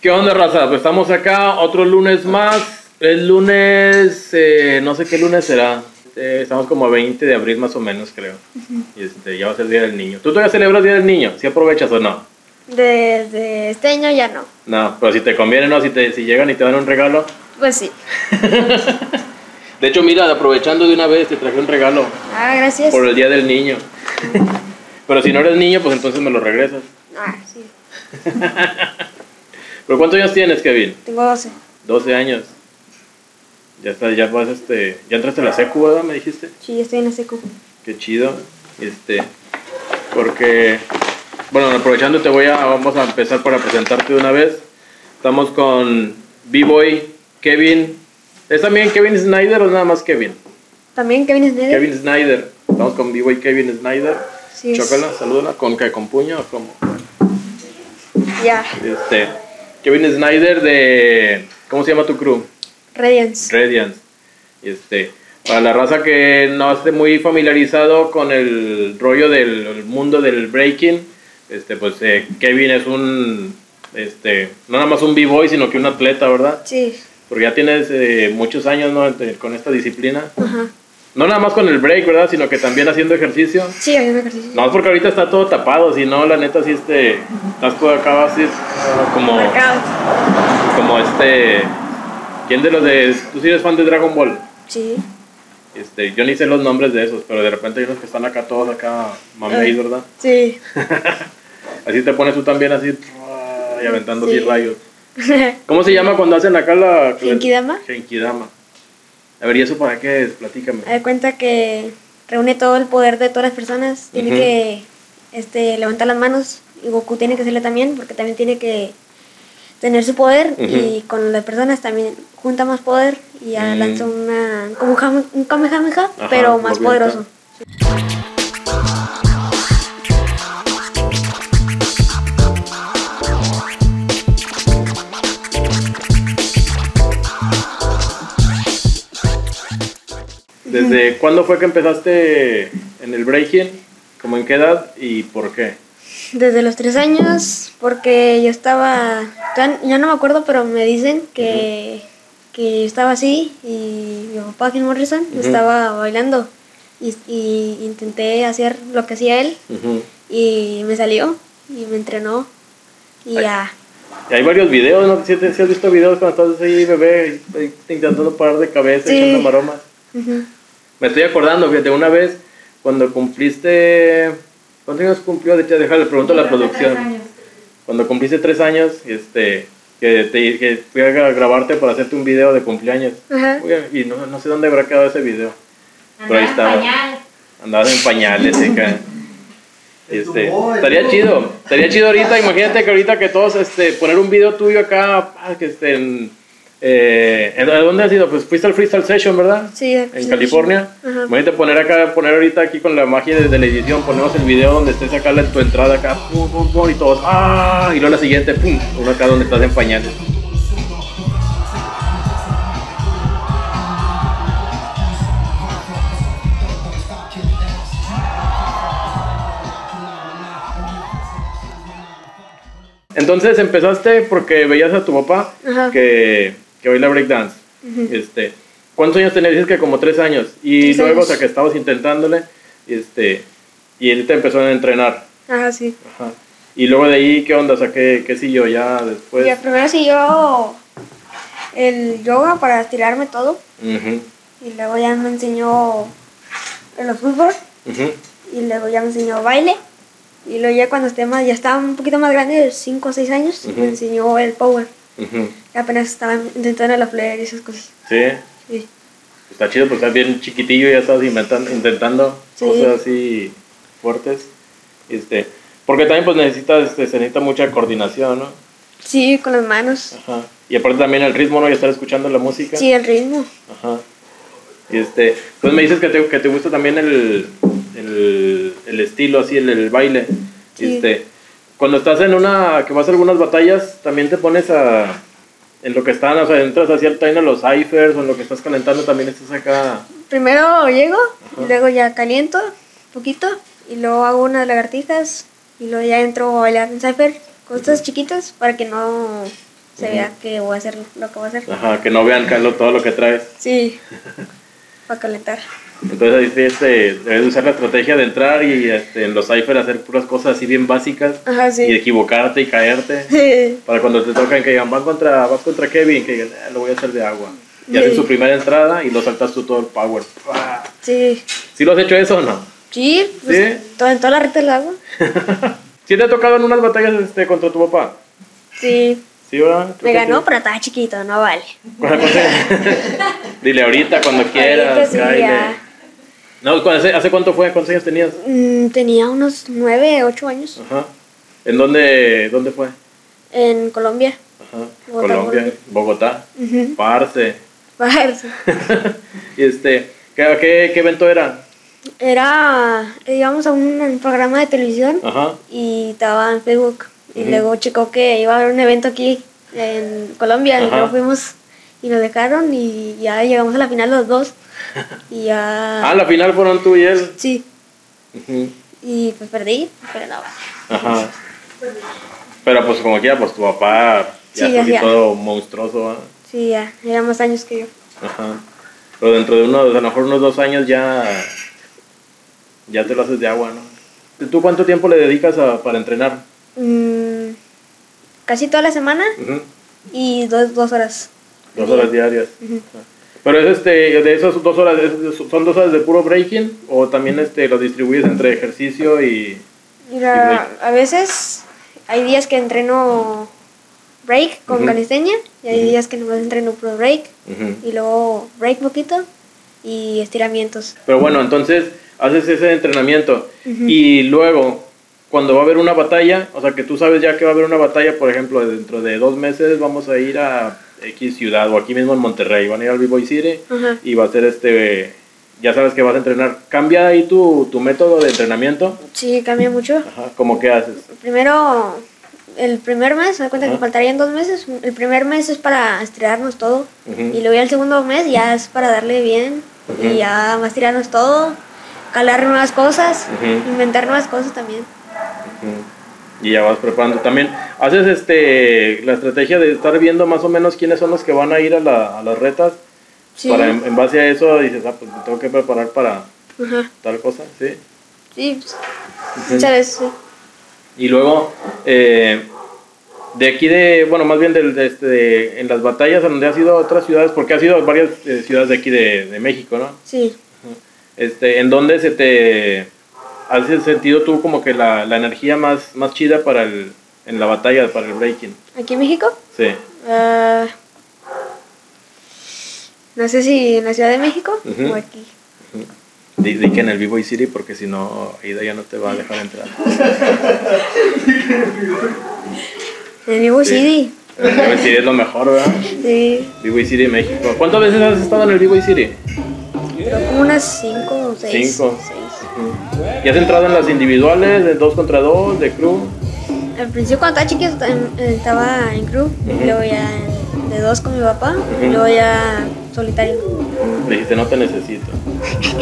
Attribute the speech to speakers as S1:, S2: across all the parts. S1: ¿Qué onda, raza? Pues estamos acá, otro lunes más. Es lunes, eh, no sé qué lunes será. Eh, estamos como a 20 de abril más o menos, creo. Y este, ya va a ser el Día del Niño. ¿Tú todavía celebras el Día del Niño? ¿Si aprovechas o no?
S2: Desde este año ya no.
S1: No, pero si te conviene, ¿no? Si, te, si llegan y te dan un regalo.
S2: Pues sí.
S1: De hecho, mira, aprovechando de una vez, te traje un regalo
S2: Ah, gracias.
S1: por el Día del Niño. Pero si no eres niño, pues entonces me lo regresas.
S2: Ah, sí.
S1: ¿Pero cuántos años tienes, Kevin?
S2: Tengo 12.
S1: 12 años. Ya está, ya vas, este, ya entraste a la secu, ¿verdad? Me dijiste.
S2: Sí, estoy en la secu.
S1: Qué chido. Este, porque, bueno, aprovechando te voy a, vamos a empezar para presentarte de una vez. Estamos con B-Boy, Kevin. ¿Es también Kevin Snyder o nada más Kevin?
S2: También Kevin Snyder.
S1: Kevin Snyder. Estamos con B-Boy, Kevin Snyder.
S2: Sí, es-
S1: Chócala, salúdala. ¿Con qué? ¿Con puño o cómo?
S2: Ya.
S1: Este, Kevin Snyder de, ¿cómo se llama tu crew?
S2: Radiance.
S1: Radiance. Este, para la raza que no esté muy familiarizado con el rollo del mundo del breaking, este, pues eh, Kevin es un, este, no nada más un b-boy, sino que un atleta, ¿verdad?
S2: Sí.
S1: Porque ya tienes eh, muchos años ¿no? Ente- con esta disciplina.
S2: Ajá.
S1: No nada más con el break, ¿verdad? Sino que también haciendo ejercicio.
S2: Sí, había un ejercicio.
S1: No, es porque ahorita está todo tapado, si no, la neta, si este, estás por acá, así, como,
S2: Workout.
S1: como este, ¿quién de los de, tú sí eres fan de Dragon Ball?
S2: Sí.
S1: Este, yo ni sé los nombres de esos, pero de repente hay unos que están acá todos acá mameis,
S2: Ah.
S1: ¿verdad?
S2: Sí.
S1: Así te pones tú también así y aventando así
S2: Sí.
S1: rayos. ¿Cómo se llama cuando hacen acá la
S2: Genkidama.
S1: Genkidama. A ver, ¿y eso para qué es? Platícame.
S2: Me da cuenta que reúne todo el poder de todas las personas. Tiene
S1: Ujú.
S2: que este, levantar las manos. Y Goku tiene que hacerlo también, porque también tiene que tener su poder. Y con las personas también junta más poder. Y ya
S1: Mm.
S2: lanza una, como un jame- un Kamehameha,
S1: Ajá,
S2: pero
S1: lo
S2: más
S1: vi acá.
S2: poderoso.
S1: ¿Desde cuándo fue que empezaste en el breaking? ¿Cómo en qué edad y por qué?
S2: Desde los tres años, porque yo estaba, tan- ya no me acuerdo, pero me dicen que, que yo estaba así y mi papá Gil Morrison
S1: Ujú.
S2: estaba bailando y, y intenté hacer lo que hacía él y me salió y me entrenó y
S1: Ay.
S2: ya.
S1: Y hay varios videos, ¿no? Si, te- si has visto videos cuando estás ahí, bebé, ahí intentando parar de cabeza,
S2: Sí.
S1: echando maromas.
S2: Ujú.
S1: Me estoy acordando, fíjate, una vez cuando cumpliste. ¿Cuántos años cumplió? De hecho, déjale, pregunto a la producción. Cuando cumpliste tres años, este, que, te, que fui a gra- grabarte para hacerte un video de cumpleaños.
S2: Ajá.
S1: Oye, Y no, no sé dónde habrá quedado ese video. Pero ahí estaba. Andabas en pañales, eh, acá. Este, estaría chido, estaría chido ahorita, imagínate que ahorita que todos, este, poner un video tuyo acá, ah, que este, en, eh, ¿en- ¿a dónde has ido? Pues fuiste al Freestyle Session, ¿verdad?
S2: Sí, al
S1: En
S2: Freestyle
S1: California.
S2: Session. Ajá.
S1: Imagínate poner acá, poner ahorita aquí con la magia de, de la edición, ponemos el video donde estés acá en tu entrada acá, pum, pum, pum, y todos, ah, y luego la siguiente, pum, uno acá donde estás en pañales. Entonces empezaste porque veías a tu papá
S2: Ajá.
S1: que, que baila breakdance. este, ¿Cuántos años tenías? Dices que como tres años. Y
S2: Tres
S1: luego,
S2: años.
S1: o sea, que estabas intentándole este, y él te empezó a entrenar.
S2: Ajá, sí.
S1: Ajá. Y luego de ahí, ¿qué onda? O sea, ¿qué, qué siguió ya después?
S2: Ya primero siguió el yoga para estirarme todo
S1: Ujú,
S2: y luego ya me enseñó el fútbol.
S1: ujú.
S2: y luego ya me enseñó baile. Y luego ya cuando esté más, ya estaba un poquito más grande, de 5 o 6 años,
S1: Ujú.
S2: me enseñó el power.
S1: Ujú.
S2: Apenas estaba intentando la flare y esas cosas.
S1: Sí,
S2: Sí.
S1: está chido porque estás bien chiquitillo y ya estás inventando, intentando
S2: Sí.
S1: cosas así fuertes. Este, porque también pues necesitas, este, se necesita mucha coordinación, ¿no?
S2: Sí, con las manos.
S1: Ajá. Y aparte también el ritmo, ¿no? Y estar escuchando la música.
S2: Sí, el ritmo.
S1: Ajá. Y este, pues me dices que te, que te gusta también el, el, el estilo, así, el, el baile.
S2: Sí.
S1: Este, cuando estás en una, que vas a algunas batallas, también te pones a, en lo que están, o sea, entras así al time a los ciphers, o en lo que estás calentando, también estás acá.
S2: Primero llego, y luego ya caliento un poquito, y luego hago unas lagartijas, y luego ya entro a bailar en cypher, cosas chiquitas para que no se vea que voy a hacer lo que voy a hacer.
S1: Ajá, que no vean, Carlos, todo lo que traes.
S2: Sí, para calentar.
S1: Entonces ahí sí, este, debes de usar la estrategia de entrar y este, en los cipher hacer puras cosas así bien básicas
S2: Ajá, sí.
S1: y equivocarte y caerte. Para cuando te tocan que digan, vas contra, vas contra Kevin, que digan, "Ah, lo voy a hacer de agua. Y
S2: Sí.
S1: haces tu primera entrada y lo saltas tú todo el power. ¡Pah!
S2: sí.
S1: ¿Sí lo has hecho eso o no?
S2: Sí, pues, to- en toda la recta del agua.
S1: ¿Sí te ha tocado en unas batallas este, contra tu papá?
S2: Sí,
S1: ¿Sí, verdad?
S2: me
S1: Creo que
S2: ganó,
S1: sí.
S2: pero estaba chiquito, no vale.
S1: Con la cosa- Dile ahorita, cuando quieras.
S2: sí,
S1: cáile.
S2: ya.
S1: No, ¿cu- ¿hace, hace cuánto fue? ¿Cuántos años tenías?
S2: Mm, tenía unos nueve, ocho años
S1: Ajá. ¿En dónde, dónde fue?
S2: en Colombia.
S1: Ajá.
S2: Bogotá,
S1: Colombia, Bogotá.
S2: Ujú.
S1: Parce.
S2: Parce.
S1: y este, ¿qué, qué, qué evento era?
S2: Era, eh, íbamos a un programa de televisión
S1: Ajá.
S2: y estaba en Facebook. Y luego checó que iba a haber un evento aquí en Colombia y
S1: Ajá.
S2: luego fuimos y nos dejaron y ya llegamos a la final los dos. Y ya...
S1: Ah, la final fueron tú y él.
S2: Sí,
S1: Ujú.
S2: y pues perdí, pero no.
S1: Ajá. Pero pues como quiera, pues tu papá ya
S2: Sí,
S1: es
S2: ya,
S1: así
S2: ya.
S1: todo monstruoso, ¿va?
S2: Sí, ya, era más años que yo.
S1: Ajá. Pero dentro de unos, a lo mejor unos dos años ya, ya te lo haces de agua, ¿no? ¿Tú cuánto tiempo le dedicas a- para entrenar?
S2: Mm, casi toda la semana
S1: Ujú.
S2: y dos, dos horas.
S1: Dos horas diarias. Pero es este, de esas dos horas, es- ¿son dos horas de puro breaking? ¿O también este, lo distribuyes entre ejercicio y...?
S2: Mira, a veces hay días que entreno break con
S1: Ujú.
S2: calistenia y hay
S1: Ujú.
S2: días que nomás entreno puro break
S1: Ujú.
S2: y luego break poquito y estiramientos.
S1: Pero bueno, entonces haces ese entrenamiento y luego cuando va a haber una batalla, o sea que tú sabes ya que va a haber una batalla, por ejemplo, dentro de dos meses vamos a ir a X ciudad o aquí mismo en Monterrey, van a ir al B-Boy City
S2: Ajá.
S1: y va a ser este, ya sabes que vas a entrenar. ¿Cambia ahí tu, tu método de entrenamiento?
S2: Sí, cambia mucho.
S1: Ajá, ¿cómo que haces?
S2: Primero, el primer mes, se da cuenta que
S1: Ajá.
S2: faltarían dos meses. El primer mes es para estirarnos todo
S1: Ujú.
S2: y luego ya el segundo mes ya es para darle bien
S1: Ujú.
S2: y ya más tirarnos todo, calar nuevas cosas,
S1: Ujú.
S2: inventar nuevas cosas también.
S1: Ujú. Y ya vas preparando. También haces este la estrategia de estar viendo más o menos quiénes son los que van a ir a, la- a las retas.
S2: Sí.
S1: Para, em- en, en base a eso dices, ah, pues me tengo que preparar para
S2: Ajá.
S1: tal cosa, ¿sí?
S2: Sí, pues, muchas veces sí.
S1: Y luego, eh, de aquí de, bueno, más bien del, de este, de- en las batallas a donde has ido a otras ciudades, porque has ido a varias eh, ciudades de aquí de, de México, ¿no?
S2: Sí.
S1: Este, ¿En dónde se te has sentido tú como que la, la energía más, más chida para el, en la batalla, para el breaking?
S2: ¿Aquí en México?
S1: Sí.
S2: Ah, no sé si en la Ciudad de México
S1: Ujú.
S2: o aquí.
S1: Di, di que en el Vivo y City, porque si no, Ida ya no te va a dejar entrar.
S2: En Vivo City.
S1: El Vivo y City es lo mejor, ¿verdad?
S2: Sí.
S1: Vivo y City México. ¿Cuántas veces has estado en el Vivo y City?
S2: Pero como unas 5 o 6.
S1: Cinco. ¿Y has entrado en las individuales, de 2 contra 2, de crew?
S2: Al principio cuando estaba chiquito tam- eh, estaba en club
S1: Ujú.
S2: y luego ya en- de dos con mi papá
S1: Ujú.
S2: y luego ya solitario.
S1: Le dijiste, no te necesito. Sí.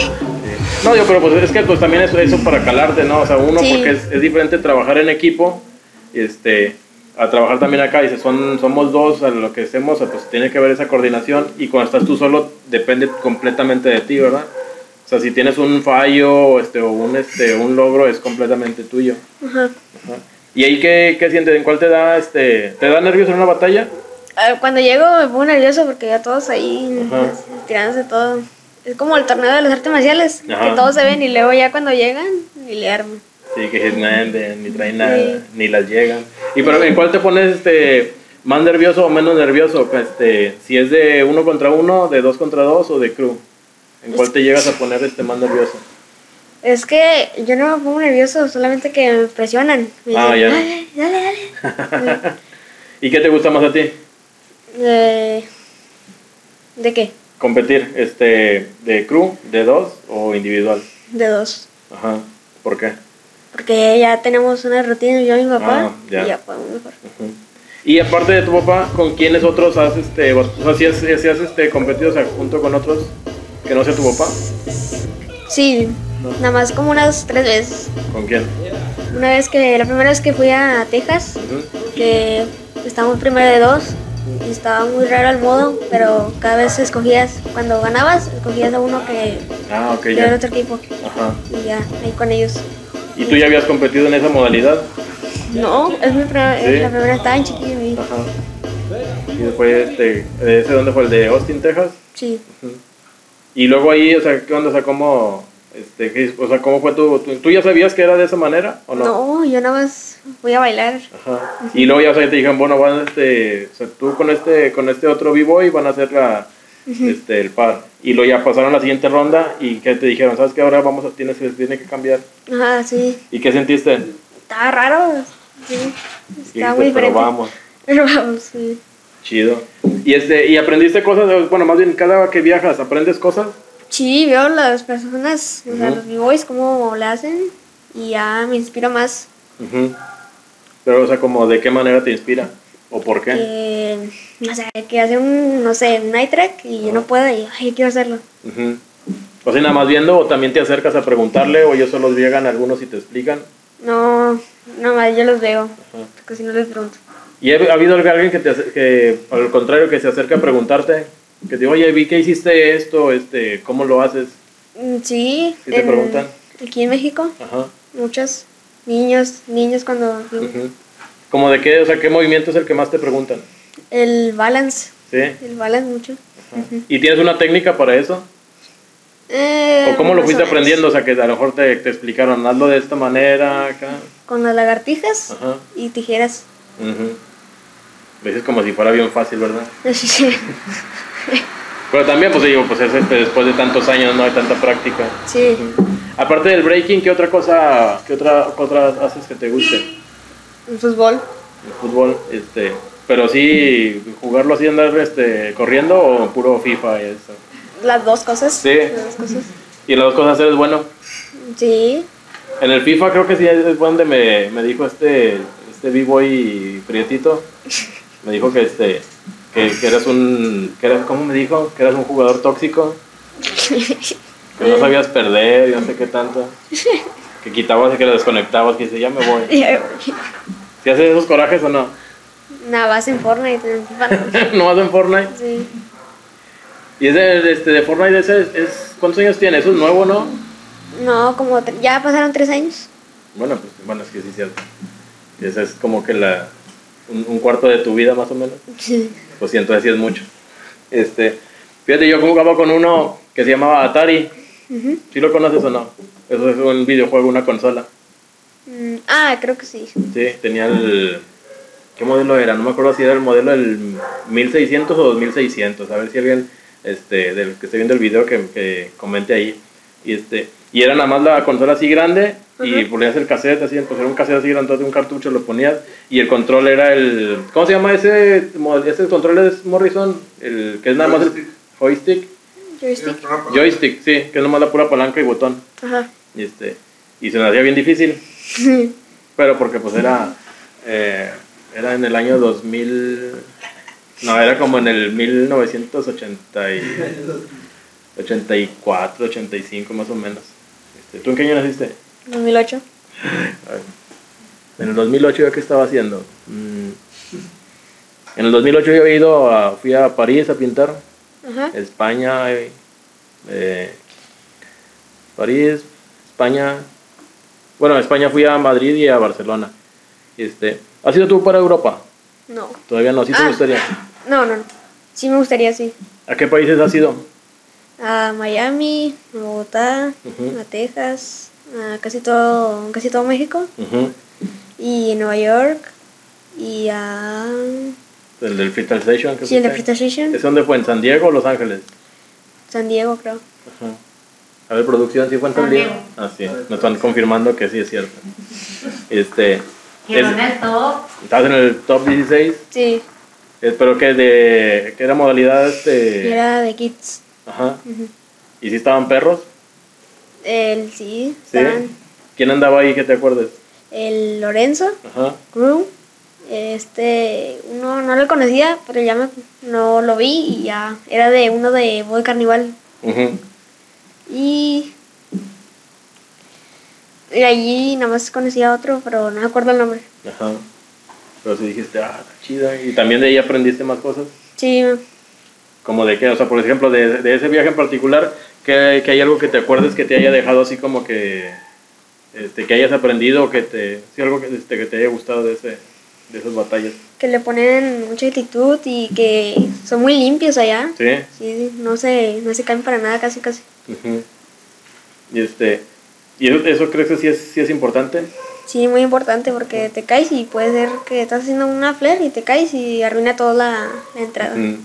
S1: No, yo, pero pues es que pues también eso, eso para calarte, ¿no? O sea, uno
S2: Sí.
S1: porque es, es diferente trabajar en equipo, este, a trabajar también acá, dice, son, somos dos a lo que estemos, pues tiene que haber esa coordinación y cuando estás tú solo depende completamente de ti, ¿verdad? O sea, si tienes un fallo este, o un, este, un logro es completamente tuyo.
S2: Ajá.
S1: Ajá. ¿Y ahí qué, qué sientes? ¿En cuál te da, este, te da nervios en una batalla?
S2: Ah, Cuando llego me pongo nervioso porque ya todos ahí
S1: Ajá.
S2: tirándose todo. Es como el torneo de las artes marciales,
S1: Ajá.
S2: que todos se ven y luego ya cuando llegan, ni le arman.
S1: Sí, que es nada, de- ni traen nada,
S2: Sí.
S1: ni las llegan. ¿Y pero en cuál te pones este, más nervioso o menos nervioso? Este, si es de uno contra uno, de dos contra dos o de crew. ¿En cuál te llegas a poner este más nervioso?
S2: Es que yo no me pongo nervioso, solamente que me presionan. Me
S1: Ah, ya.
S2: dale, dale, dale.
S1: ¿Y qué te gusta más a ti?
S2: Eh, ¿De qué?
S1: Competir, este, de crew, de dos o individual.
S2: De dos.
S1: Ajá. ¿Por qué?
S2: Porque ya tenemos una rutina, yo y mi papá,
S1: Ah, ya.
S2: y ya podemos mejor.
S1: Ujú. Y aparte de tu papá, ¿con quiénes otros has, este, o sea, si has, si has, este, competido o sea, junto con otros que no sea tu papá?
S2: Sí, nada más como unas tres veces.
S1: ¿Con quién?
S2: Una vez que, la primera vez que fui a Texas,
S1: Ujú.
S2: que estábamos primero de dos y estaba muy raro el modo, pero cada vez escogías, cuando ganabas, escogías a uno que
S1: Ah, ok,
S2: era
S1: ya.
S2: otro equipo
S1: Ajá.
S2: y ya, ahí con ellos.
S1: ¿Y tú ya habías competido en esa modalidad?
S2: No, es mi primera,
S1: Sí.
S2: la primera estaba en chiquillo y
S1: Ajá. Y después, este, ¿ese dónde fue? ¿El de Austin, Texas?
S2: sí.
S1: Y luego ahí, o sea, ¿qué onda? O sea, ¿cómo, este, qué- o sea, ¿cómo fue tu, tu- ¿Tú ya sabías que era de esa manera o no?
S2: No, yo nada más voy a bailar.
S1: Ajá. Y luego ya o sea, te dijeron, bueno, van este, o sea, tú con este, con este otro b-boy van a hacer la, este, el par. Y luego ya pasaron a la siguiente ronda y que te dijeron, ¿sabes qué? Ahora vamos a, tienes, que- tiene que cambiar.
S2: Ajá, sí.
S1: ¿Y qué sentiste?
S2: Estaba raro. Sí.
S1: Y dijiste,
S2: Estaba muy
S1: pero
S2: diferente.
S1: vamos.
S2: Pero vamos, sí.
S1: Chido. Y este, y aprendiste cosas, bueno, más bien cada que viajas, ¿aprendes cosas?
S2: Sí, veo las personas, o sea,
S1: Ujú.
S2: los b-boys, cómo le hacen y ya me inspiro más.
S1: Ujú. Pero, o sea, como de qué manera te inspira o por qué.
S2: Eh. Que, o sea, que hace un, no sé, un night track y yo no puedo y ay, yo quiero hacerlo.
S1: Ujú. O sea, nada más viendo, o también te acercas a preguntarle, o ellos solo llegan algunos y te explican.
S2: No, no más, yo los veo, porque si no les pregunto.
S1: ¿Y ha ha habido alguien que, te, ace- que al contrario, que se acerca a preguntarte? Que te digo, oye, vi que hiciste esto, este, ¿cómo lo haces?
S2: Mm, Sí.
S1: ¿Sí te preguntan?
S2: Aquí en México,
S1: Ajá.
S2: muchos niños, niños cuando...
S1: Ujú. ¿Como de qué, o sea, qué movimiento es el que más te preguntan?
S2: El balance,
S1: ¿Sí?
S2: el balance mucho.
S1: Ajá. ¿Y tienes una técnica para eso?
S2: Eh,
S1: ¿O cómo lo
S2: más
S1: fuiste
S2: o menos.
S1: aprendiendo? O sea, que a lo mejor te, te explicaron, hazlo de esta manera, acá.
S2: Con las lagartijas
S1: Ajá.
S2: y tijeras.
S1: Ujú. Lo dices como si fuera bien fácil, ¿verdad?
S2: sí,
S1: Pero también, pues digo, pues es este, después de tantos años, no hay tanta práctica. Aparte del breaking, ¿qué otra cosa, qué otra, otra haces que te guste?
S2: el fútbol.
S1: El fútbol, este, pero sí, jugarlo así, andar este, corriendo o puro FIFA y eso.
S2: Las dos cosas.
S1: Sí.
S2: Las dos cosas.
S1: Y las dos cosas eres bueno.
S2: Sí.
S1: En el FIFA creo que sí es donde me, me dijo este, este B-Boy prietito, me dijo que este, que, que eras un, que eras, ¿cómo me dijo? Que eras un jugador tóxico. Que no sabías perder y no sé qué tanto. Que quitabas y que lo desconectabas, que dice, ya me voy. ¿Si haces esos corajes o no?
S2: Nada, vas en Fortnite. en FIFA no.
S1: no vas en Fortnite.
S2: Sí.
S1: Y ese de, este, de Fortnite, ese es, es- ¿cuántos años tiene? ¿Eso es nuevo, no?
S2: No, como tre- ya pasaron tres años.
S1: Bueno, pues bueno, es que sí es cierto. Ese es como que la, un, un cuarto de tu vida más o menos.
S2: Sí.
S1: Pues sí, entonces sí es mucho. Este, fíjate, yo jugaba con uno que se llamaba Atari. ¿Sí lo conoces o no? Eso es un videojuego, una consola.
S2: Mm, ah, creo que sí.
S1: Sí, tenía el... ¿Qué modelo era? No me acuerdo si era el modelo del 1600 o 2600. A ver si alguien este, del que esté viendo el video que, que comente ahí. Y, este, y era nada más la consola así grande y
S2: Ajá.
S1: ponías el cassette, así, pues era un cassette así grandote, un cartucho, lo ponías y el control era el... ¿Cómo se llama ese? mod- Ese control es Morrison, el que es nada más el
S3: Joystick.
S1: joystick.
S2: Joystick.
S1: Joystick, sí, que es nada más la pura palanca y botón.
S2: Ajá.
S1: Y, este, y se me hacía bien difícil. Pero porque pues era, eh, era en el año 2000, no, era como en el 1984, 85 más o menos. Este, ¿Tú en qué año naciste?
S2: 2008.
S1: Ay, En el 2008 yo qué estaba haciendo. Mm, En el 2008 yo he ido a, fui a París a pintar.
S2: Ajá.
S1: España, eh, eh, París, España. Bueno, a España fui a Madrid y a Barcelona. Este, ¿Has ido tú para Europa?
S2: No.
S1: Todavía no, sí te
S2: Ah.
S1: gustaría.
S2: No, no, no. Sí me gustaría, sí.
S1: ¿A qué países has ido?
S2: A Miami, a Bogotá,
S1: Ujú.
S2: a Texas, a casi todo, casi todo México.
S1: Ujú,
S2: Y Nueva York. Y a...
S1: El del Freestyle Station. que
S2: Sí, el de
S1: fuiste.
S2: PlayStation.
S1: ¿Es dónde fue? ¿En San Diego o Los Ángeles?
S2: San Diego, creo.
S1: Ajá. A ver, producción, ¿sí fue en San Diego? Ah, sí. Nos están confirmando que sí es cierto. Este,
S4: Quedó
S1: es-
S4: en el top.
S1: ¿Estás en el top 16?
S2: Sí,
S1: Espero que de... que era modalidad este...?
S2: era de Kids.
S1: Ajá. ¿Y si estaban perros?
S2: El sí,
S1: Sí.
S2: estaban
S1: ¿Quién andaba ahí que te acuerdes?
S2: el Lorenzo,
S1: Ajá.
S2: Gru. Este, uno no lo conocía, pero ya me, no lo vi y ya era de uno de Boy Carnival.
S1: Ujú.
S2: Y, y allí nada más conocía a otro, pero no me acuerdo el nombre.
S1: Ajá. Pero sí dijiste, ah, está chida. Y también de ahí aprendiste más cosas.
S2: Sí,
S1: Como de qué, o sea, por ejemplo, de, de ese viaje en particular, que, hay algo que te acuerdes que te haya dejado así como que. Este, que hayas aprendido, que te. Sí, algo que, este, que te haya gustado de, ese, de esas batallas.
S2: que le ponen mucha actitud y que son muy limpios allá.
S1: Sí.
S2: Sí, no se, no se caen para nada casi, casi.
S1: Ujú. Y este. ¿Y eso, eso crees que sí es, sí es importante?
S2: Sí, muy importante porque te caes y puede ser que estás haciendo una flair y te caes y arruina toda la, la entrada.
S1: Mm.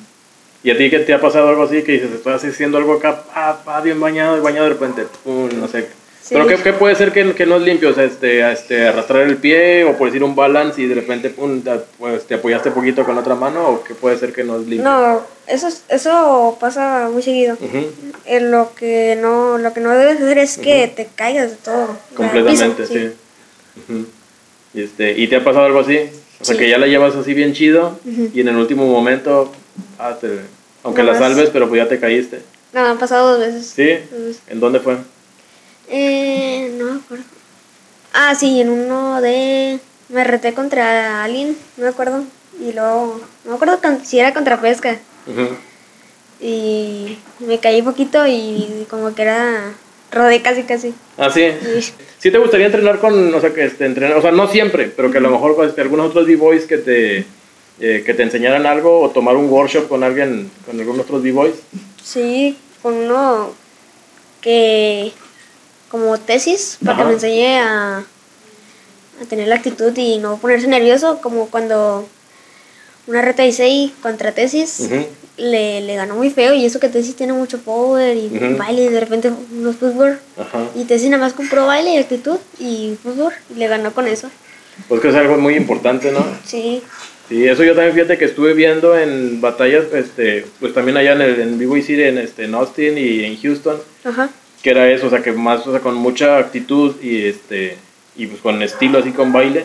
S1: ¿Y a ti que te ha pasado algo así que dices, estoy haciendo algo acá, pa, pa, bien bañado y bañado de repente, pum, no sé?
S2: Sí.
S1: ¿Pero qué, qué puede ser que, que no es limpio? O sea, este, este, arrastrar el pie o por decir un balance y de repente pum, da- pues, te apoyaste poquito con la otra mano o qué puede ser que no es limpio?
S2: No, eso, es- eso pasa muy seguido.
S1: Ujú.
S2: Eh, lo que no lo que no debes hacer es que te caigas de todo. o sea,
S1: Completamente,
S2: piso,
S1: sí. Ujú. Y, este, ¿Y te ha pasado algo así? O sea,
S2: Sí.
S1: que ya la llevas así bien chido y en el último momento, ah, te- aunque la
S2: Nomás.
S1: salves, pero pues ya te caíste.
S2: No, me han pasado dos veces.
S1: ¿Sí?
S2: Dos veces.
S1: ¿En dónde fue?
S2: Eh, no me acuerdo. Ah, sí, en uno de... Me reté contra alguien, no me acuerdo. Y luego... No me acuerdo con- si era contra pesca.
S1: Ujú.
S2: Y me caí poquito y como que era... Rodé casi, casi.
S1: Ah, sí.
S2: Y-
S1: ¿Sí te gustaría entrenar con, o sea, que este, entrenar, o sea, no siempre, pero que a lo mejor con este, algunos otros b-boys que te, eh, que te enseñaran algo o tomar un workshop con alguien, con algunos otros b-boys?
S2: Sí, con uno que como tesis para
S1: Ajá.
S2: que me enseñe a, a tener la actitud y no ponerse nervioso, como cuando una reta de 6 contra tesis
S1: Ujú.
S2: le, le ganó muy feo y eso que tesis tiene mucho power y
S1: Ujú.
S2: baile y de repente unos fútbol.
S1: Ajá.
S2: Y tesis nada más compró baile y actitud y fútbol y le ganó con eso.
S1: Pues que es algo muy importante, ¿no?
S2: Sí,
S1: Sí, eso yo también fíjate que estuve viendo en batallas, este, pues también allá en, el, en b-boy City, en, este, en Austin y en Houston,
S2: ajá.
S1: que era eso, o sea, que más, o sea, con mucha actitud y este y pues con estilo así con baile.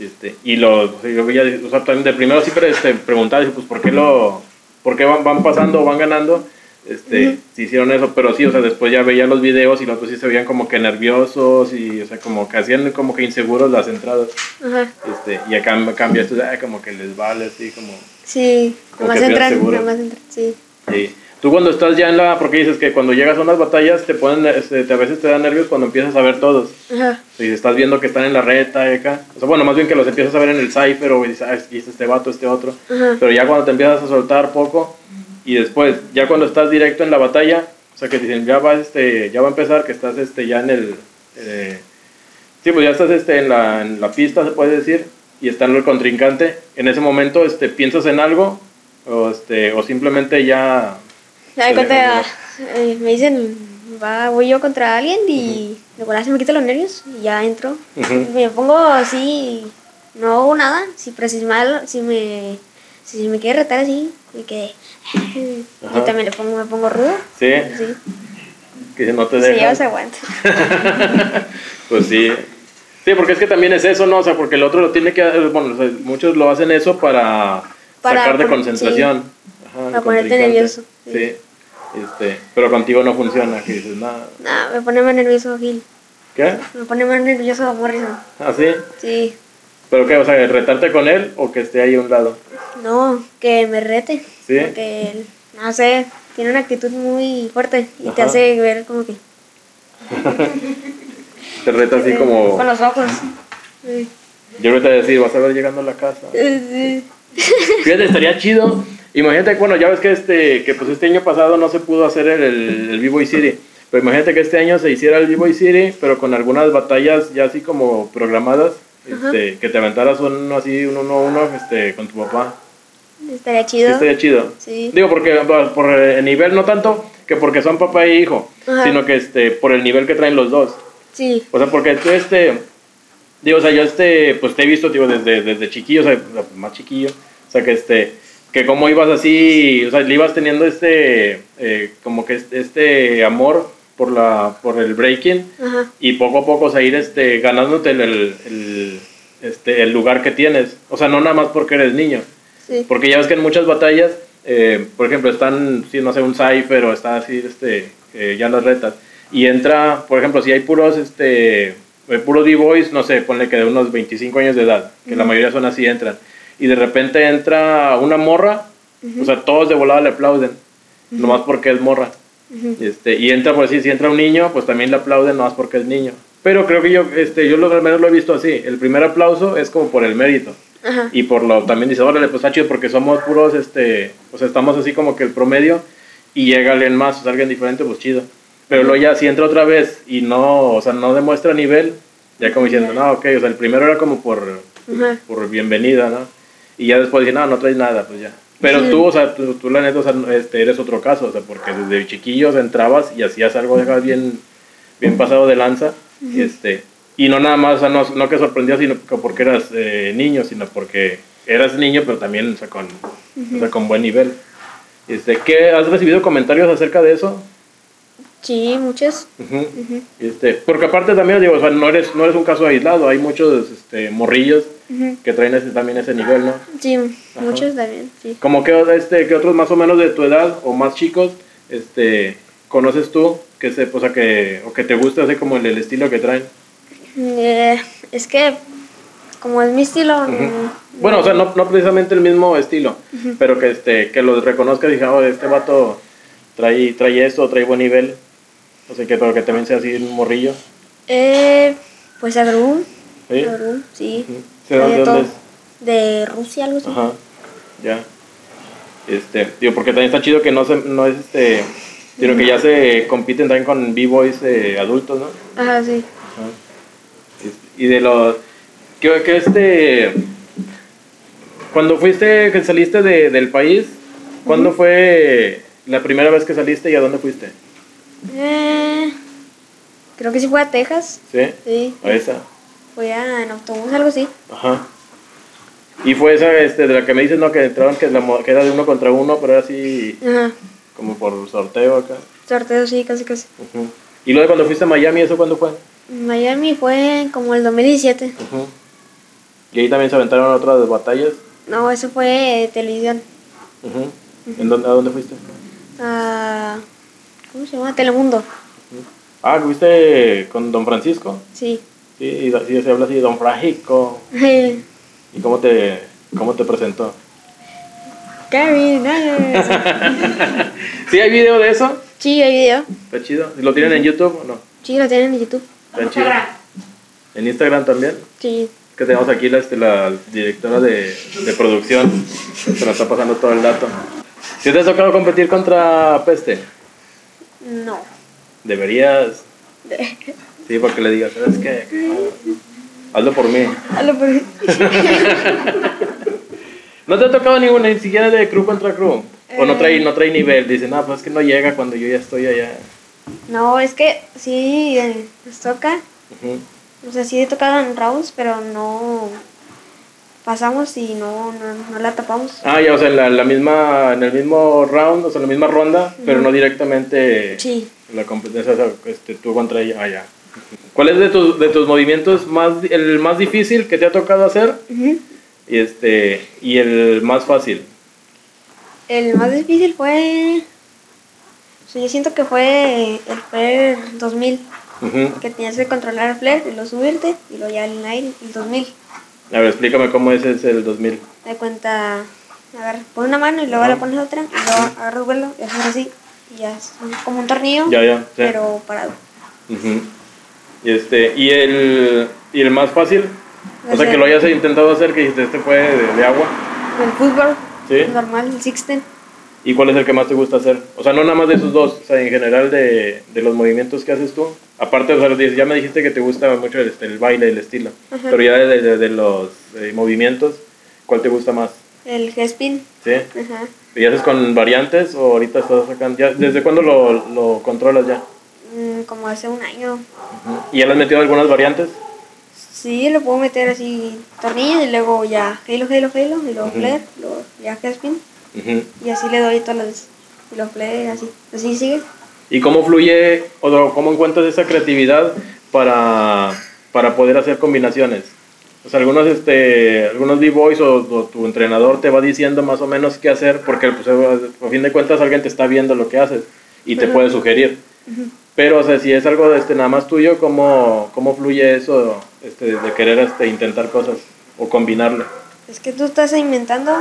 S1: Este, y lo y lo veía, o sea, también de primero siempre este preguntaba dije, pues por qué lo por qué van, van pasando o van ganando este si hicieron eso, pero sí, o sea, después ya veía los videos y los otros sí se veían como que nerviosos y o sea, como que hacían como que inseguros las entradas.
S2: Ajá.
S1: Este, y acá en cambio esto ay, como que les vale así como
S2: Sí,
S1: Como
S2: nada más
S1: que te
S2: entrar,
S1: asegura.
S2: nada más entrar, sí.
S1: Sí. Tú cuando estás ya en la, porque dices que cuando llegas a unas batallas te ponen, este, te- a veces te dan nervios cuando empiezas a ver todos.
S2: Ajá.
S1: Si estás viendo que están en la reta y acá. O sea, bueno, más bien que los empiezas a ver en el cipher o dices, ah, es- es este vato, este otro.
S2: Ajá.
S1: Pero ya cuando te empiezas a soltar poco y después, ya cuando estás directo en la batalla, o sea, que te dicen, ya va, este, ya va a empezar, que estás este, ya en el... eh, sí, pues ya estás este, en, la, en la pista, se puede decir, y está el contrincante. En ese momento este, piensas en algo o, este, o simplemente ya...
S2: Ya
S1: Se
S2: me cuenta,
S1: deja
S2: eh, me dicen, va, voy yo contra alguien y de volada se me quitan los nervios y ya entro.
S1: Ujú.
S2: Me pongo así, no hago nada, si preciso mal, si me, si me quiere retar así, me quedé.
S1: Ajá.
S2: Yo también le pongo, me pongo rudo.
S1: Sí,
S2: Sí,
S1: que no te
S2: se lleva,
S1: dejas.
S2: se aguanta.
S1: Pues sí. Sí, porque es que también es eso, ¿no? O sea, porque el otro lo tiene que... Bueno, o sea, muchos lo hacen eso para,
S2: Para
S1: sacar de
S2: pon-
S1: concentración. Ajá, el
S2: Para ponerte
S1: contrincante.
S2: nervioso, sí.
S1: Sí. Este, pero contigo no funciona, que dices, nada.
S2: Nah, me pone más nervioso Gil,
S1: ¿Qué?
S2: me pone más nervioso Morrison.
S1: ¿Así?
S2: Sí,
S1: ¿Pero qué? O sea, retarte con él o que esté ahí a un lado.
S2: no, que me rete.
S1: Sí.
S2: Porque, él, no sé, tiene una actitud muy fuerte y te
S1: Ajá.
S2: hace ver como que...
S1: Te reta así como...
S2: Con los ojos.
S1: Yo ahorita decir, vas a ver llegando a la casa.
S2: Sí.
S1: Fíjate, estaría chido. Imagínate, bueno, ya ves que este, que pues este año pasado no se pudo hacer el, el, el B-Boy City. Pero imagínate que este año se hiciera el B-Boy City, pero con algunas batallas ya así como programadas. Este, que te aventaras uno así, un uno a uno, este, con tu papá.
S2: Estaría
S1: Sí,
S2: chido.
S1: estaría chido.
S2: Sí.
S1: Digo, porque por, por el nivel no tanto que porque son papá e hijo,
S2: Ajá.
S1: sino que este, por el nivel que traen los dos.
S2: Sí.
S1: O sea, porque tú, este. Digo, o sea, yo, este. Pues te he visto, digo, desde, desde chiquillo, o sea, o sea, más chiquillo. O sea, que este. Que como ibas así. O sea, le ibas teniendo este. eh, como que este, este amor por, la, por el breaking.
S2: Ajá.
S1: Y poco a poco, o sea, ir este, ganándote el, el- el, este, el lugar que tienes. O sea, no nada más porque eres niño.
S2: Sí.
S1: Porque ya ves que en muchas batallas, eh, por ejemplo, están, si no sé, un cipher o está así, este, eh, ya las retas. Y entra, por ejemplo, si hay puros, este, de puros D-Boys, no sé, ponle que de unos 25 años de edad, que la mayoría son así, entran. Y de repente entra una morra, o sea, todos de volada le aplauden, nomás porque es morra. este, y entra, pues sí, si entra un niño, pues también le aplauden nomás porque es niño. Pero creo que yo, este, yo lo, al menos lo he visto así, el primer aplauso es como por el mérito.
S2: Ajá.
S1: Y por lo, también dice, órale, pues está chido porque somos puros, este, o sea, estamos así como que el promedio y llega alguien más, o sea, alguien diferente, pues chido. Pero luego ya si entra otra vez y no, o sea, no demuestra nivel, ya como diciendo, no, ok, o sea, el primero era como por,
S2: Ajá.
S1: por bienvenida, ¿no? Y ya después dice, no, no traes nada, pues ya. Pero
S2: Sí.
S1: tú, o sea, tú, tú la neta, o sea, este, eres otro caso, o sea, porque desde chiquillos entrabas y hacías algo dejabas bien, bien pasado de lanza, este, y no nada más, o sea, no, no que sorprendías sino que porque eras eh, niño, sino porque eras niño, pero también, o sea, con, o sea, con buen nivel. Este, ¿qué, ¿Has recibido comentarios acerca de eso?
S2: Sí, muchas.
S1: Ujú. Este, porque aparte también digo, o sea, no eres, no eres un caso aislado, hay muchos este, morrillos
S2: Ujú.
S1: que traen ese- también ese nivel, ¿no?
S2: Sí, muchas también, sí.
S1: Como que, este, que otros más o menos de tu edad o más chicos, este, conoces tú que se, o sea, que, o que te gusta así como el, el estilo que traen.
S2: Eh, es que, como es mi estilo, Mm, no-
S1: Bueno, o sea, no, no precisamente el mismo estilo, pero que este, que los reconozcas y digas, "Oh, este vato trae, trae esto, trae buen nivel. O sea que, pero que también sea así un morrillo.
S2: eh, pues Agrum.
S1: ¿Sí?
S2: Agrum, sí. Eh,
S1: Ujú. ¿De dónde-
S2: todo-
S1: dónde
S2: de Rusia, algo así.
S1: Ajá, ya. Este, digo, porque también está chido que no se, no es este, sino que ya se compiten también con b-boys eh, adultos, ¿no?
S2: Ajá, sí.
S1: Ajá. Es- Y de los, que, que este, cuando fuiste, que saliste de- del país, ¿cuándo fue la primera vez que saliste y a dónde fuiste?
S2: Eh, creo que sí fue a Texas.
S1: ¿Sí?
S2: Sí.
S1: A esa.
S2: Fui a, en autobús, algo así.
S1: Ajá. Y fue esa, este, de la que me dices, ¿no? Que entraron, que, la, mo- que era de uno contra uno, pero era así
S2: Ajá.
S1: como por sorteo acá.
S2: Sorteo, sí, casi casi.
S1: Ujú. Y luego cuando fuiste a Miami, ¿eso cuándo fue?
S2: Miami fue como el 2017.
S1: Y ahí también se aventaron otras batallas.
S2: No, eso fue eh, televisión.
S1: Ujú. ¿En dónde, ¿A dónde fuiste?
S2: Ah, ¿Cómo se llama? Telemundo.
S1: Ah, fuiste con Don Francisco.
S2: Sí.
S1: Sí, y así se habla así, Don Francisco.
S2: Gary,
S1: ¿Y cómo te, cómo te presentó?
S2: nice.
S1: ¿Sí hay video de eso?
S2: Sí, hay video.
S1: Está chido. ¿Lo tienen en YouTube o no?
S2: Sí, lo tienen en YouTube.
S1: Está chido. ¿En Instagram también?
S2: Sí.
S1: Es que tenemos aquí la, este, la directora de, de producción que nos está pasando todo el dato. ¿Si te ha tocado competir contra Peste?
S2: No.
S1: Deberías Sí, porque le digas, ¿sabes qué? Hazlo por mí.
S2: Aló, pero-
S1: No te ha tocado ninguna, ni siquiera de crew contra crew. O no
S2: Eh.
S1: trae, no trae nivel. Dice, no, pues es que no llega cuando yo ya estoy allá.
S2: No, es que sí eh, nos toca.
S1: Ujú.
S2: O sea, sí he tocado en rounds, pero no pasamos y no, no, no la tapamos.
S1: Ah, ya, o sea, en, la, la misma, en el mismo round, o sea, en la misma ronda, pero no directamente
S2: Sí.
S1: la competencia, o sea, este, tú contra ella. Ah, ya. ¿Cuál es de tus, de tus movimientos más, el más difícil que te ha tocado hacer
S2: Ujú.
S1: y, este, y el más fácil?
S2: El más difícil fue... o sea, yo siento que fue el Flair 2000,
S1: Ujú.
S2: que tenías que controlar el Flair y lo subirte, y lo ya el Nile, el 2000.
S1: A ver, explícame cómo es ese el 2000.
S2: Te cuenta, a ver, pon una mano y luego la pones otra, y luego agarras vuelo y haces así, y ya es un- como un tornillo,
S1: Ya, ya. sí.
S2: pero parado.
S1: Ujú. Y este, y el, y el más fácil, o sea
S2: Ese.
S1: que lo hayas intentado hacer, que dijiste, este fue de, de agua,
S2: El fútbol,
S1: ¿sí?
S2: normal, el Sixten.
S1: ¿Y cuál es el que más te gusta hacer? O sea, no nada más de esos dos, o sea, en general de, de los movimientos que haces tú. Aparte, o sea, dices, ya me dijiste que te gusta mucho el, este, el baile, el estilo,
S2: Ajá.
S1: pero ya de, de- de los eh, movimientos, ¿cuál te gusta más?
S2: El G-Spin.
S1: ¿Sí?
S2: Ajá.
S1: ¿Y haces con variantes o ahorita estás sacando? ya- ¿Desde cuándo lo, lo controlas ya?
S2: Mm, como hace un año.
S1: ¿Y ya le has metido algunas variantes?
S2: Sí, lo puedo meter así tornillo y luego ya Halo, Halo, Halo, y luego Flare, luego ya G-Spin.
S1: Ujú.
S2: Y así le doy todas las. Y lo Flare, así. Así sigue.
S1: ¿Y cómo fluye o sea, cómo encuentras esa creatividad para, para poder hacer combinaciones? O sea, algunos, este, algunos B-Boys o, o tu entrenador te va diciendo más o menos qué hacer porque pues, a fin de cuentas alguien te está viendo lo que haces y te puede sugerir. Pero, o sea, si es algo este, nada más tuyo, ¿cómo, cómo fluye eso este, de querer este, intentar cosas o combinarlo?
S2: Es que tú estás inventando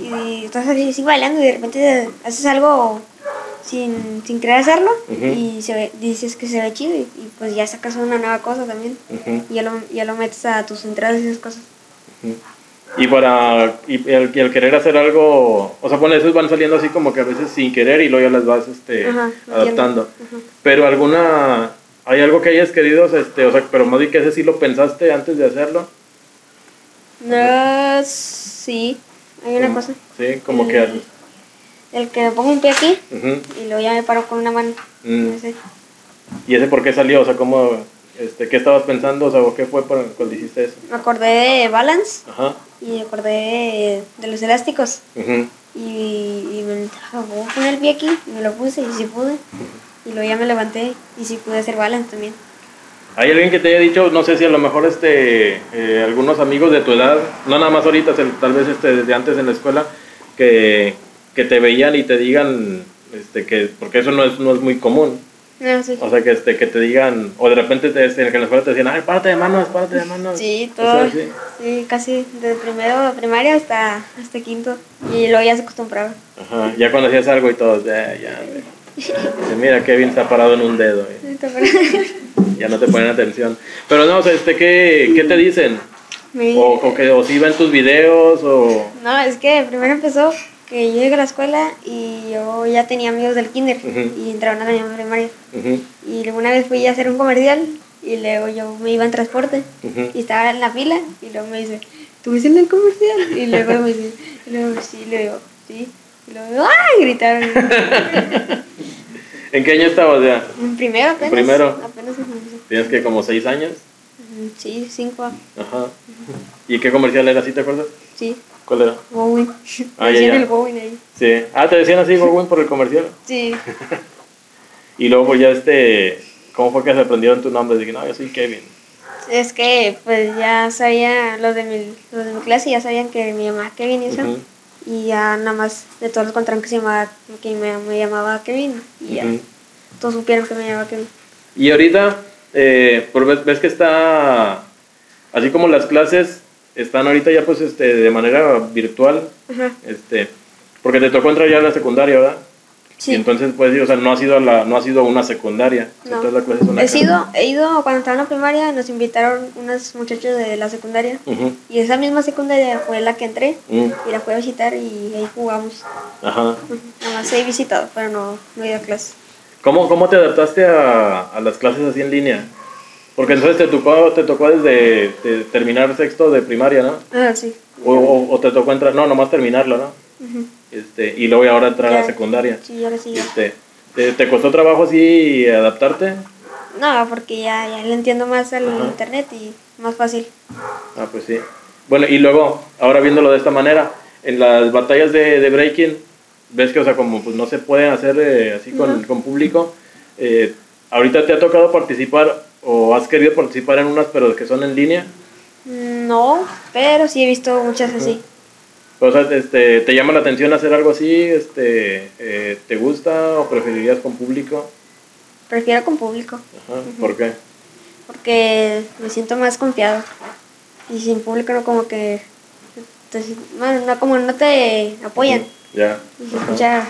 S2: y estás así, así bailando y de repente haces algo sin, sin querer hacerlo
S1: Ujú.
S2: y se ve- dices que se ve chido y, y pues ya sacas una nueva cosa también.
S1: Ujú.
S2: Y ya lo, ya lo metes a tus entradas y esas cosas.
S1: Y para y el, y el querer hacer algo, o sea, bueno, esos van saliendo así como que a veces sin querer y luego ya las vas este,
S2: Ajá, entiendo.
S1: adaptando.
S2: Ajá.
S1: Pero alguna, ¿hay algo que hayas querido, este, o sea, pero más bien que ese sí lo pensaste antes de hacerlo?
S2: No, sí, hay una cosa. Eh.
S1: Sí, como que...
S2: El- El que pongo un pie aquí
S1: ujú.
S2: y luego ya me paro con una mano.
S1: Mm.
S2: No sé.
S1: ¿Y ese por qué salió? O sea, ¿cómo, este, ¿qué estabas pensando? O sea, ¿o ¿qué fue para cuando hiciste eso?
S2: Me acordé de balance
S1: Ajá.
S2: y me acordé de, de los elásticos.
S1: ujú.
S2: Y, y me dije, voy a poner el pie aquí. Y me lo puse y sí pude. Y luego ya me levanté y sí pude hacer balance también.
S1: ¿Hay alguien que te haya dicho, no sé si a lo mejor este, eh, algunos amigos de tu edad, no nada más ahorita, se- tal vez este, desde antes en la escuela, que, que te veían y te digan, este, que, porque eso no es, no es muy común,
S2: No, sí.
S1: o sea, que, este, que te digan, o de repente te, este, que en la escuela te decían, ay, párate de manos, párate de manos.
S2: Sí,
S1: O
S2: todo.
S1: sea, sí.
S2: Sí, casi desde primero de primaria hasta, hasta quinto. Y luego ya se acostumbraba.
S1: Ajá, ya cuando hacías algo y todos, ya, ya. hombre". Dice, Mira, qué bien está parado en un dedo. eh". Ya no te ponen atención. Pero no, o sea, este, ¿qué, qué te dicen?
S2: Me-
S1: O, o, que, o si ven tus videos, o...
S2: No, es que primero empezó que yo llegué a la escuela y yo ya tenía amigos del kinder
S1: Ujú.
S2: y entraron a la misma primaria.
S1: Ujú,
S2: Y luego una vez fui a hacer un comercial y luego yo me iba en transporte
S1: ujú.
S2: y estaba en la fila y luego me dice, ¿tú ves en el comercial? Y luego me dice, y luego sí, le digo, sí. Y luego, ¡ay! Gritaron.
S1: ¿En qué año estabas ya?
S2: En primero apenas.
S1: primero.
S2: Apenas en primero.
S1: Tienes que como seis años.
S2: Mm, Sí, cinco.
S1: Ajá. ¿Y qué comercial era? ¿Sí te acuerdas?
S2: Sí,
S1: ¿Cuál era?
S2: Bowen.
S1: Ah, ya,
S2: Hacían
S1: ya.
S2: el Bowen ahí.
S1: Sí. Ah, te decían así, Gorwin, por el comercial.
S2: Sí.
S1: Y luego pues, ya este... ¿Cómo fue que se aprendieron tu nombre? Dije, no, yo soy Kevin.
S2: Es que pues ya sabía, los de mi, los de mi clase ya sabían que mi mamá es Kevin y eso.
S1: Ujú.
S2: Y ya nada más de todos los contrarios que se llamaba, que me, me llamaba Kevin. Y ya
S1: Ujú.
S2: todos supieron que me llamaba Kevin.
S1: Y ahorita, eh, por- ves, ves que está, así como las clases están ahorita ya pues este, de manera virtual,
S2: Ajá.
S1: este, porque te tocó entrar ya a la secundaria, ¿verdad? Y
S2: Sí.
S1: entonces pues, o sea, no ha sido la, no ha sido una secundaria.
S2: No.
S1: Entonces la clase es una
S2: He
S1: casa.
S2: sido, he ido cuando estaba en la primaria, nos invitaron unas muchachas de la secundaria.
S1: Ujú,
S2: Y esa misma secundaria fue la que entré
S1: mm,
S2: y la fui a visitar y ahí jugamos.
S1: Ajá.
S2: Ujú. Nada más he visitado, pero no, no he ido a clase.
S1: ¿Cómo, cómo te adaptaste a, a las clases así en línea? Porque entonces te tocó, te tocó desde de terminar sexto de primaria, ¿no?
S2: Ah, sí.
S1: O, o- o te tocó entrar, no, nomás terminarlo, ¿no?
S2: Ujú.
S1: Este, y luego ahora entrar a la
S2: Ya.
S1: secundaria.
S2: Sí, ahora sí. ya.
S1: Este, ¿te, te costó trabajo así adaptarte?
S2: No, porque ya, ya le entiendo más al
S1: Ajá.
S2: internet y más fácil.
S1: Ah, pues sí. Bueno, y luego, ahora viéndolo de esta manera, en las batallas de, de breaking, ves que, o sea, como pues, no se pueden hacer eh, así con,
S2: Ajá.
S1: con público, eh, ahorita te ha tocado participar o has querido participar en unas, pero que son en línea.
S2: No, pero sí he visto muchas así.
S1: O sea, este, ¿te llama la atención hacer algo así? Este, eh, ¿Te gusta o preferirías con público?
S2: Prefiero con público,
S1: Ajá, ¿Por qué?
S2: porque me siento más confiado. Y sin público no como que... te si- bueno, no, como no te apoyan.
S1: Ya.
S2: Y se escucha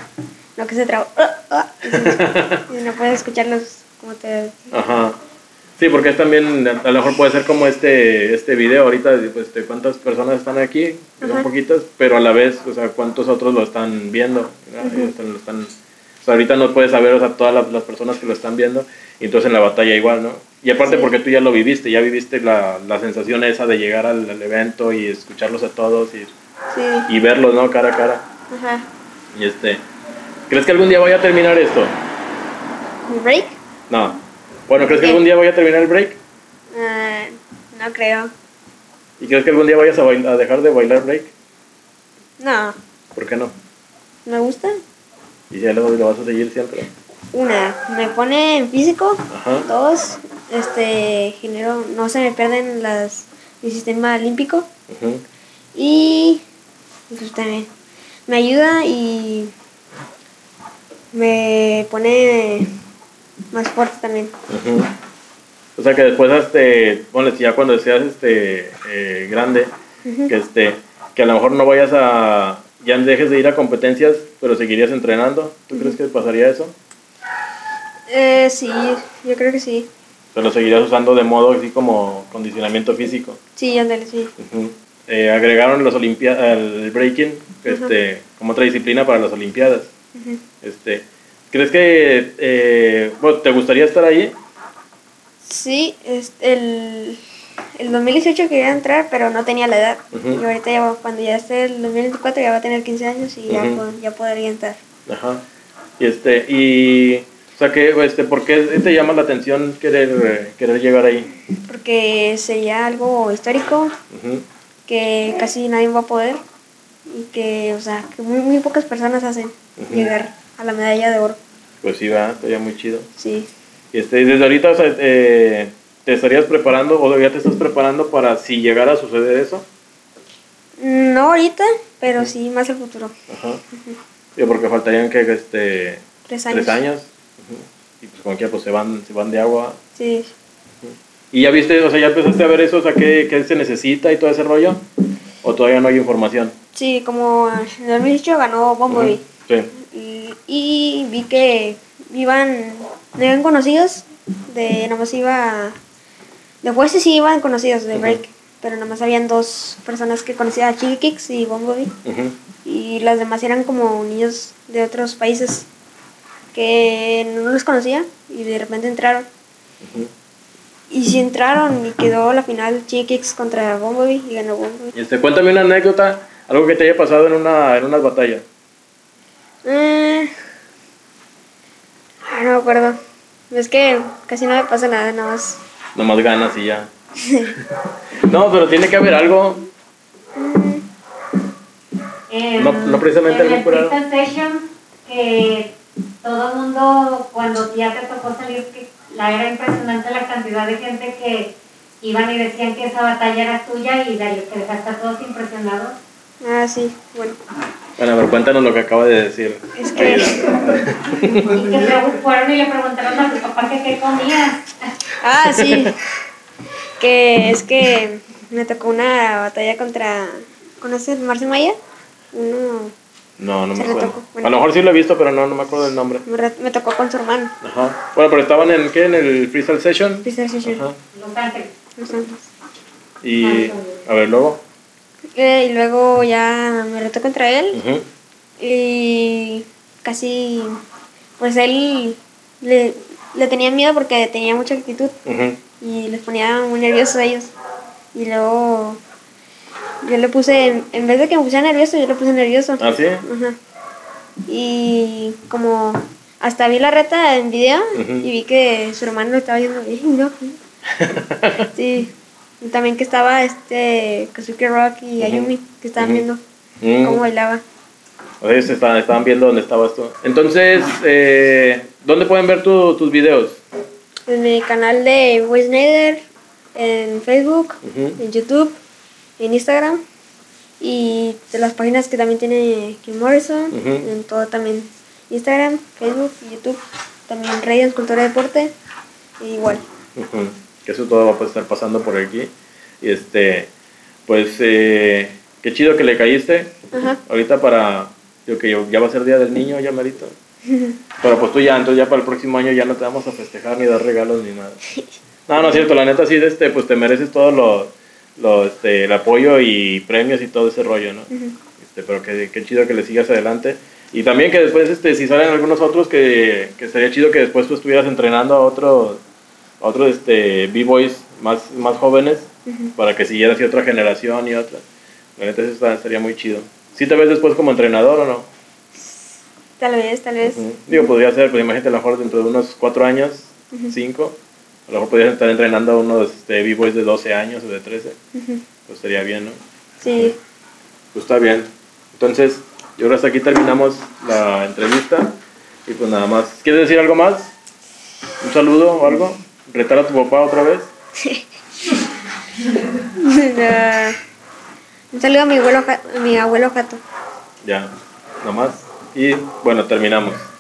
S2: lo que se traba. ah, ah, y se- y no puedes escucharlos como te...
S1: Ajá. Sí, porque es también, a lo mejor puede ser como este, este video ahorita, pues, este, cuántas personas están aquí, que son
S2: Ajá.
S1: poquitas, pero a la vez, o sea, cuántos otros lo están viendo, ¿verdad? Ellos están- lo están- o sea, ahorita no puedes saber, o sea, todas las, las personas que lo están viendo, y entonces en la batalla igual, ¿no? Y aparte
S2: Sí.
S1: porque tú ya lo viviste, ya viviste la, la sensación esa de llegar al, al evento y escucharlos a todos y,
S2: Sí,
S1: y verlos, ¿no? Cara a cara.
S2: ajá.
S1: Y este, ¿crees que algún día vaya a terminar esto?
S2: ¿Mi break?
S1: No. Bueno, ¿crees que
S2: ¿Qué?
S1: algún día vaya a terminar el break?
S2: Ah, no creo.
S1: ¿Y crees que algún día vayas a, bail- a dejar de bailar break?
S2: No,
S1: ¿Por qué no?
S2: me gusta.
S1: Y ya lo, lo vas a seguir siempre.
S2: Una, me pone en físico.
S1: Ajá.
S2: Dos, este, genero, no se me pierden las, mi sistema olímpico.
S1: Ujú.
S2: Y, pues también, me ayuda y me pone más fuerte también.
S1: Ujú. O sea que después, este, bueno, ya cuando seas este, eh, grande, que, este, que a lo mejor no vayas a, ya dejes de ir a competencias, pero seguirías entrenando. ¿Tú crees que pasaría eso?
S2: Eh, sí, yo creo que sí.
S1: O sea, lo seguirías usando de modo así como condicionamiento físico.
S2: Sí, ándale, sí.
S1: Ujú. Eh, agregaron los olimpia el breaking este, como otra disciplina para las Olimpiadas.
S2: Ujú.
S1: Este, ¿Crees que eh, bueno, te gustaría estar ahí?
S2: Sí, este, el, el 2018 quería entrar, pero no tenía la edad.
S1: Ujú.
S2: Y ahorita ya, va- cuando ya esté el 2024 ya va a tener 15 años y ya,
S1: Ujú.
S2: po- ya podría entrar.
S1: Ajá. Y este, y o sea que este, ¿por qué te llama la atención querer, eh, querer llegar ahí?
S2: Porque sería algo histórico
S1: Ujú.
S2: que casi nadie va a poder y que, o sea, que muy, muy pocas personas hacen
S1: Ujú.
S2: llegar a la medalla de oro.
S1: Pues sí, va, estaría muy chido.
S2: Sí.
S1: Y este, y desde ahorita o sea, eh, te estarías preparando, o ya te estás preparando para si llegara a suceder eso.
S2: Mm, No ahorita, pero sí más al futuro.
S1: Ajá. Digo, porque faltarían que este
S2: Tres años.
S1: tres años. Ujú. Y pues como que pues se van, se van de agua.
S2: Sí.
S1: ¿Y ya viste, o sea, ya empezaste a ver eso, o sea, qué, qué se necesita y todo ese rollo? ¿O todavía no hay información?
S2: Sí, como en el 2018 ganó Bumblebee.
S1: Ujú. Sí.
S2: Y, y vi que iban, no iban conocidos, de nomás iba, de jueces sí iban conocidos de
S1: Ujú.
S2: break, pero nomás habían dos personas que conocía, Chili Kicks y Bumblebee,
S1: Ujú.
S2: y las demás eran como niños de otros países que no los conocía y de repente entraron.
S1: Ujú.
S2: Y si entraron y quedó la final Chili Kicks contra Bumblebee y ganó Bumblebee.
S1: Este, cuéntame una anécdota, algo que te haya pasado en una, en una batalla.
S2: Eh, ah, no me acuerdo. Es que casi no me pasa nada, nada más.
S1: Nomás ganas y ya. no, pero tiene que haber algo.
S3: Em,
S1: No- no precisamente
S3: en
S1: algún
S3: el
S1: curado.
S3: freestyle session, que todo el mundo, cuando ya te tocó salir, que la era impresionante la cantidad de gente que iban y decían que esa batalla era tuya y de- que dejaste a todos impresionados.
S2: Ah, sí, bueno.
S1: Bueno, pero cuéntanos lo que acaba de decir.
S2: Es que-
S3: Y que pregu- fueron y le preguntaron a tu papá que qué comía.
S2: Ah, sí. que es que me tocó una batalla contra. ¿Conoces Marce Maya? Uno.
S1: No, no me
S2: Se le
S1: acuerdo.
S2: tocó,
S1: A
S2: bueno.
S1: lo mejor sí lo he visto, pero no, no me acuerdo del nombre.
S2: Me re- me tocó con su hermano.
S1: Ajá. Bueno, pero estaban en qué? En el freestyle session.
S2: Freestyle Session.
S1: Ajá.
S3: Los Ángeles.
S2: Los Santos.
S1: Y
S2: Ah,
S1: a ver luego.
S2: Eh, y luego ya me retó contra él.
S1: Ujú.
S2: Y casi. Pues él le, le tenía miedo porque tenía mucha actitud.
S1: Ujú.
S2: y les ponía muy nerviosos a ellos. Y luego yo le puse, en, en vez de que me pusiera nervioso, yo le puse nervioso.
S1: ¿Ah, sí?
S2: Ajá. Y como hasta vi la reta en video
S1: Ujú.
S2: y vi que su hermano lo estaba yendo bien, ¿no? Sí. Y también que estaba este Kazuki Rock y
S1: Ujú.
S2: Ayumi, que estaban
S1: Ujú.
S2: viendo
S1: Mm.
S2: cómo bailaba.
S1: O sea, ellos estaban, estaban viendo dónde estabas tú. Entonces, eh, ¿dónde pueden ver tu- tus videos?
S2: En mi canal de Wes Snyder, en Facebook,
S1: Ujú.
S2: en YouTube, en Instagram y de las páginas que también tiene Kim Morrison,
S1: Ujú.
S2: en todo también Instagram, Facebook, YouTube, también Radiant Cultura Deporte, e igual.
S1: Ujú. Que eso todo va a estar pasando por aquí. Y este, pues, eh, qué chido que le caíste.
S2: Ajá.
S1: Ahorita para, digo que yo- ya va a ser Día del Niño, ya merito. Pero pues tú ya, entonces ya para el próximo año ya no te vamos a festejar ni dar regalos ni nada. No, no es cierto, la neta sí, este, pues te mereces todo lo, lo, este, el apoyo y premios y todo ese rollo, ¿no? Este, pero que, que chido que le sigas adelante. Y también que después, este, si salen algunos otros, que, que estaría chido que después tú estuvieras entrenando a otros, a otros este, B-Boys más, más jóvenes para que siguieras y otra generación y otra. La neta, eso está- estaría muy chido. ¿Sí te ves después como entrenador o no?
S2: Tal vez, tal vez.
S1: Ujú. Digo, podría ser, pues imagínate a lo mejor dentro de unos cuatro años, cinco, a lo mejor podrías estar entrenando a unos este, B-Boys de 12 años o de 13. Pues estaría bien, ¿no?
S2: Sí,
S1: Pues está bien. Entonces, yo creo que hasta aquí terminamos la entrevista. Y pues nada más. ¿Quieres decir algo más? ¿Un saludo o algo? ¿Retar a tu papá otra vez?
S2: Ah, un saludo a mi abuelo, Ja- a mi abuelo Jato.
S1: Ya, nada más. Y bueno, terminamos.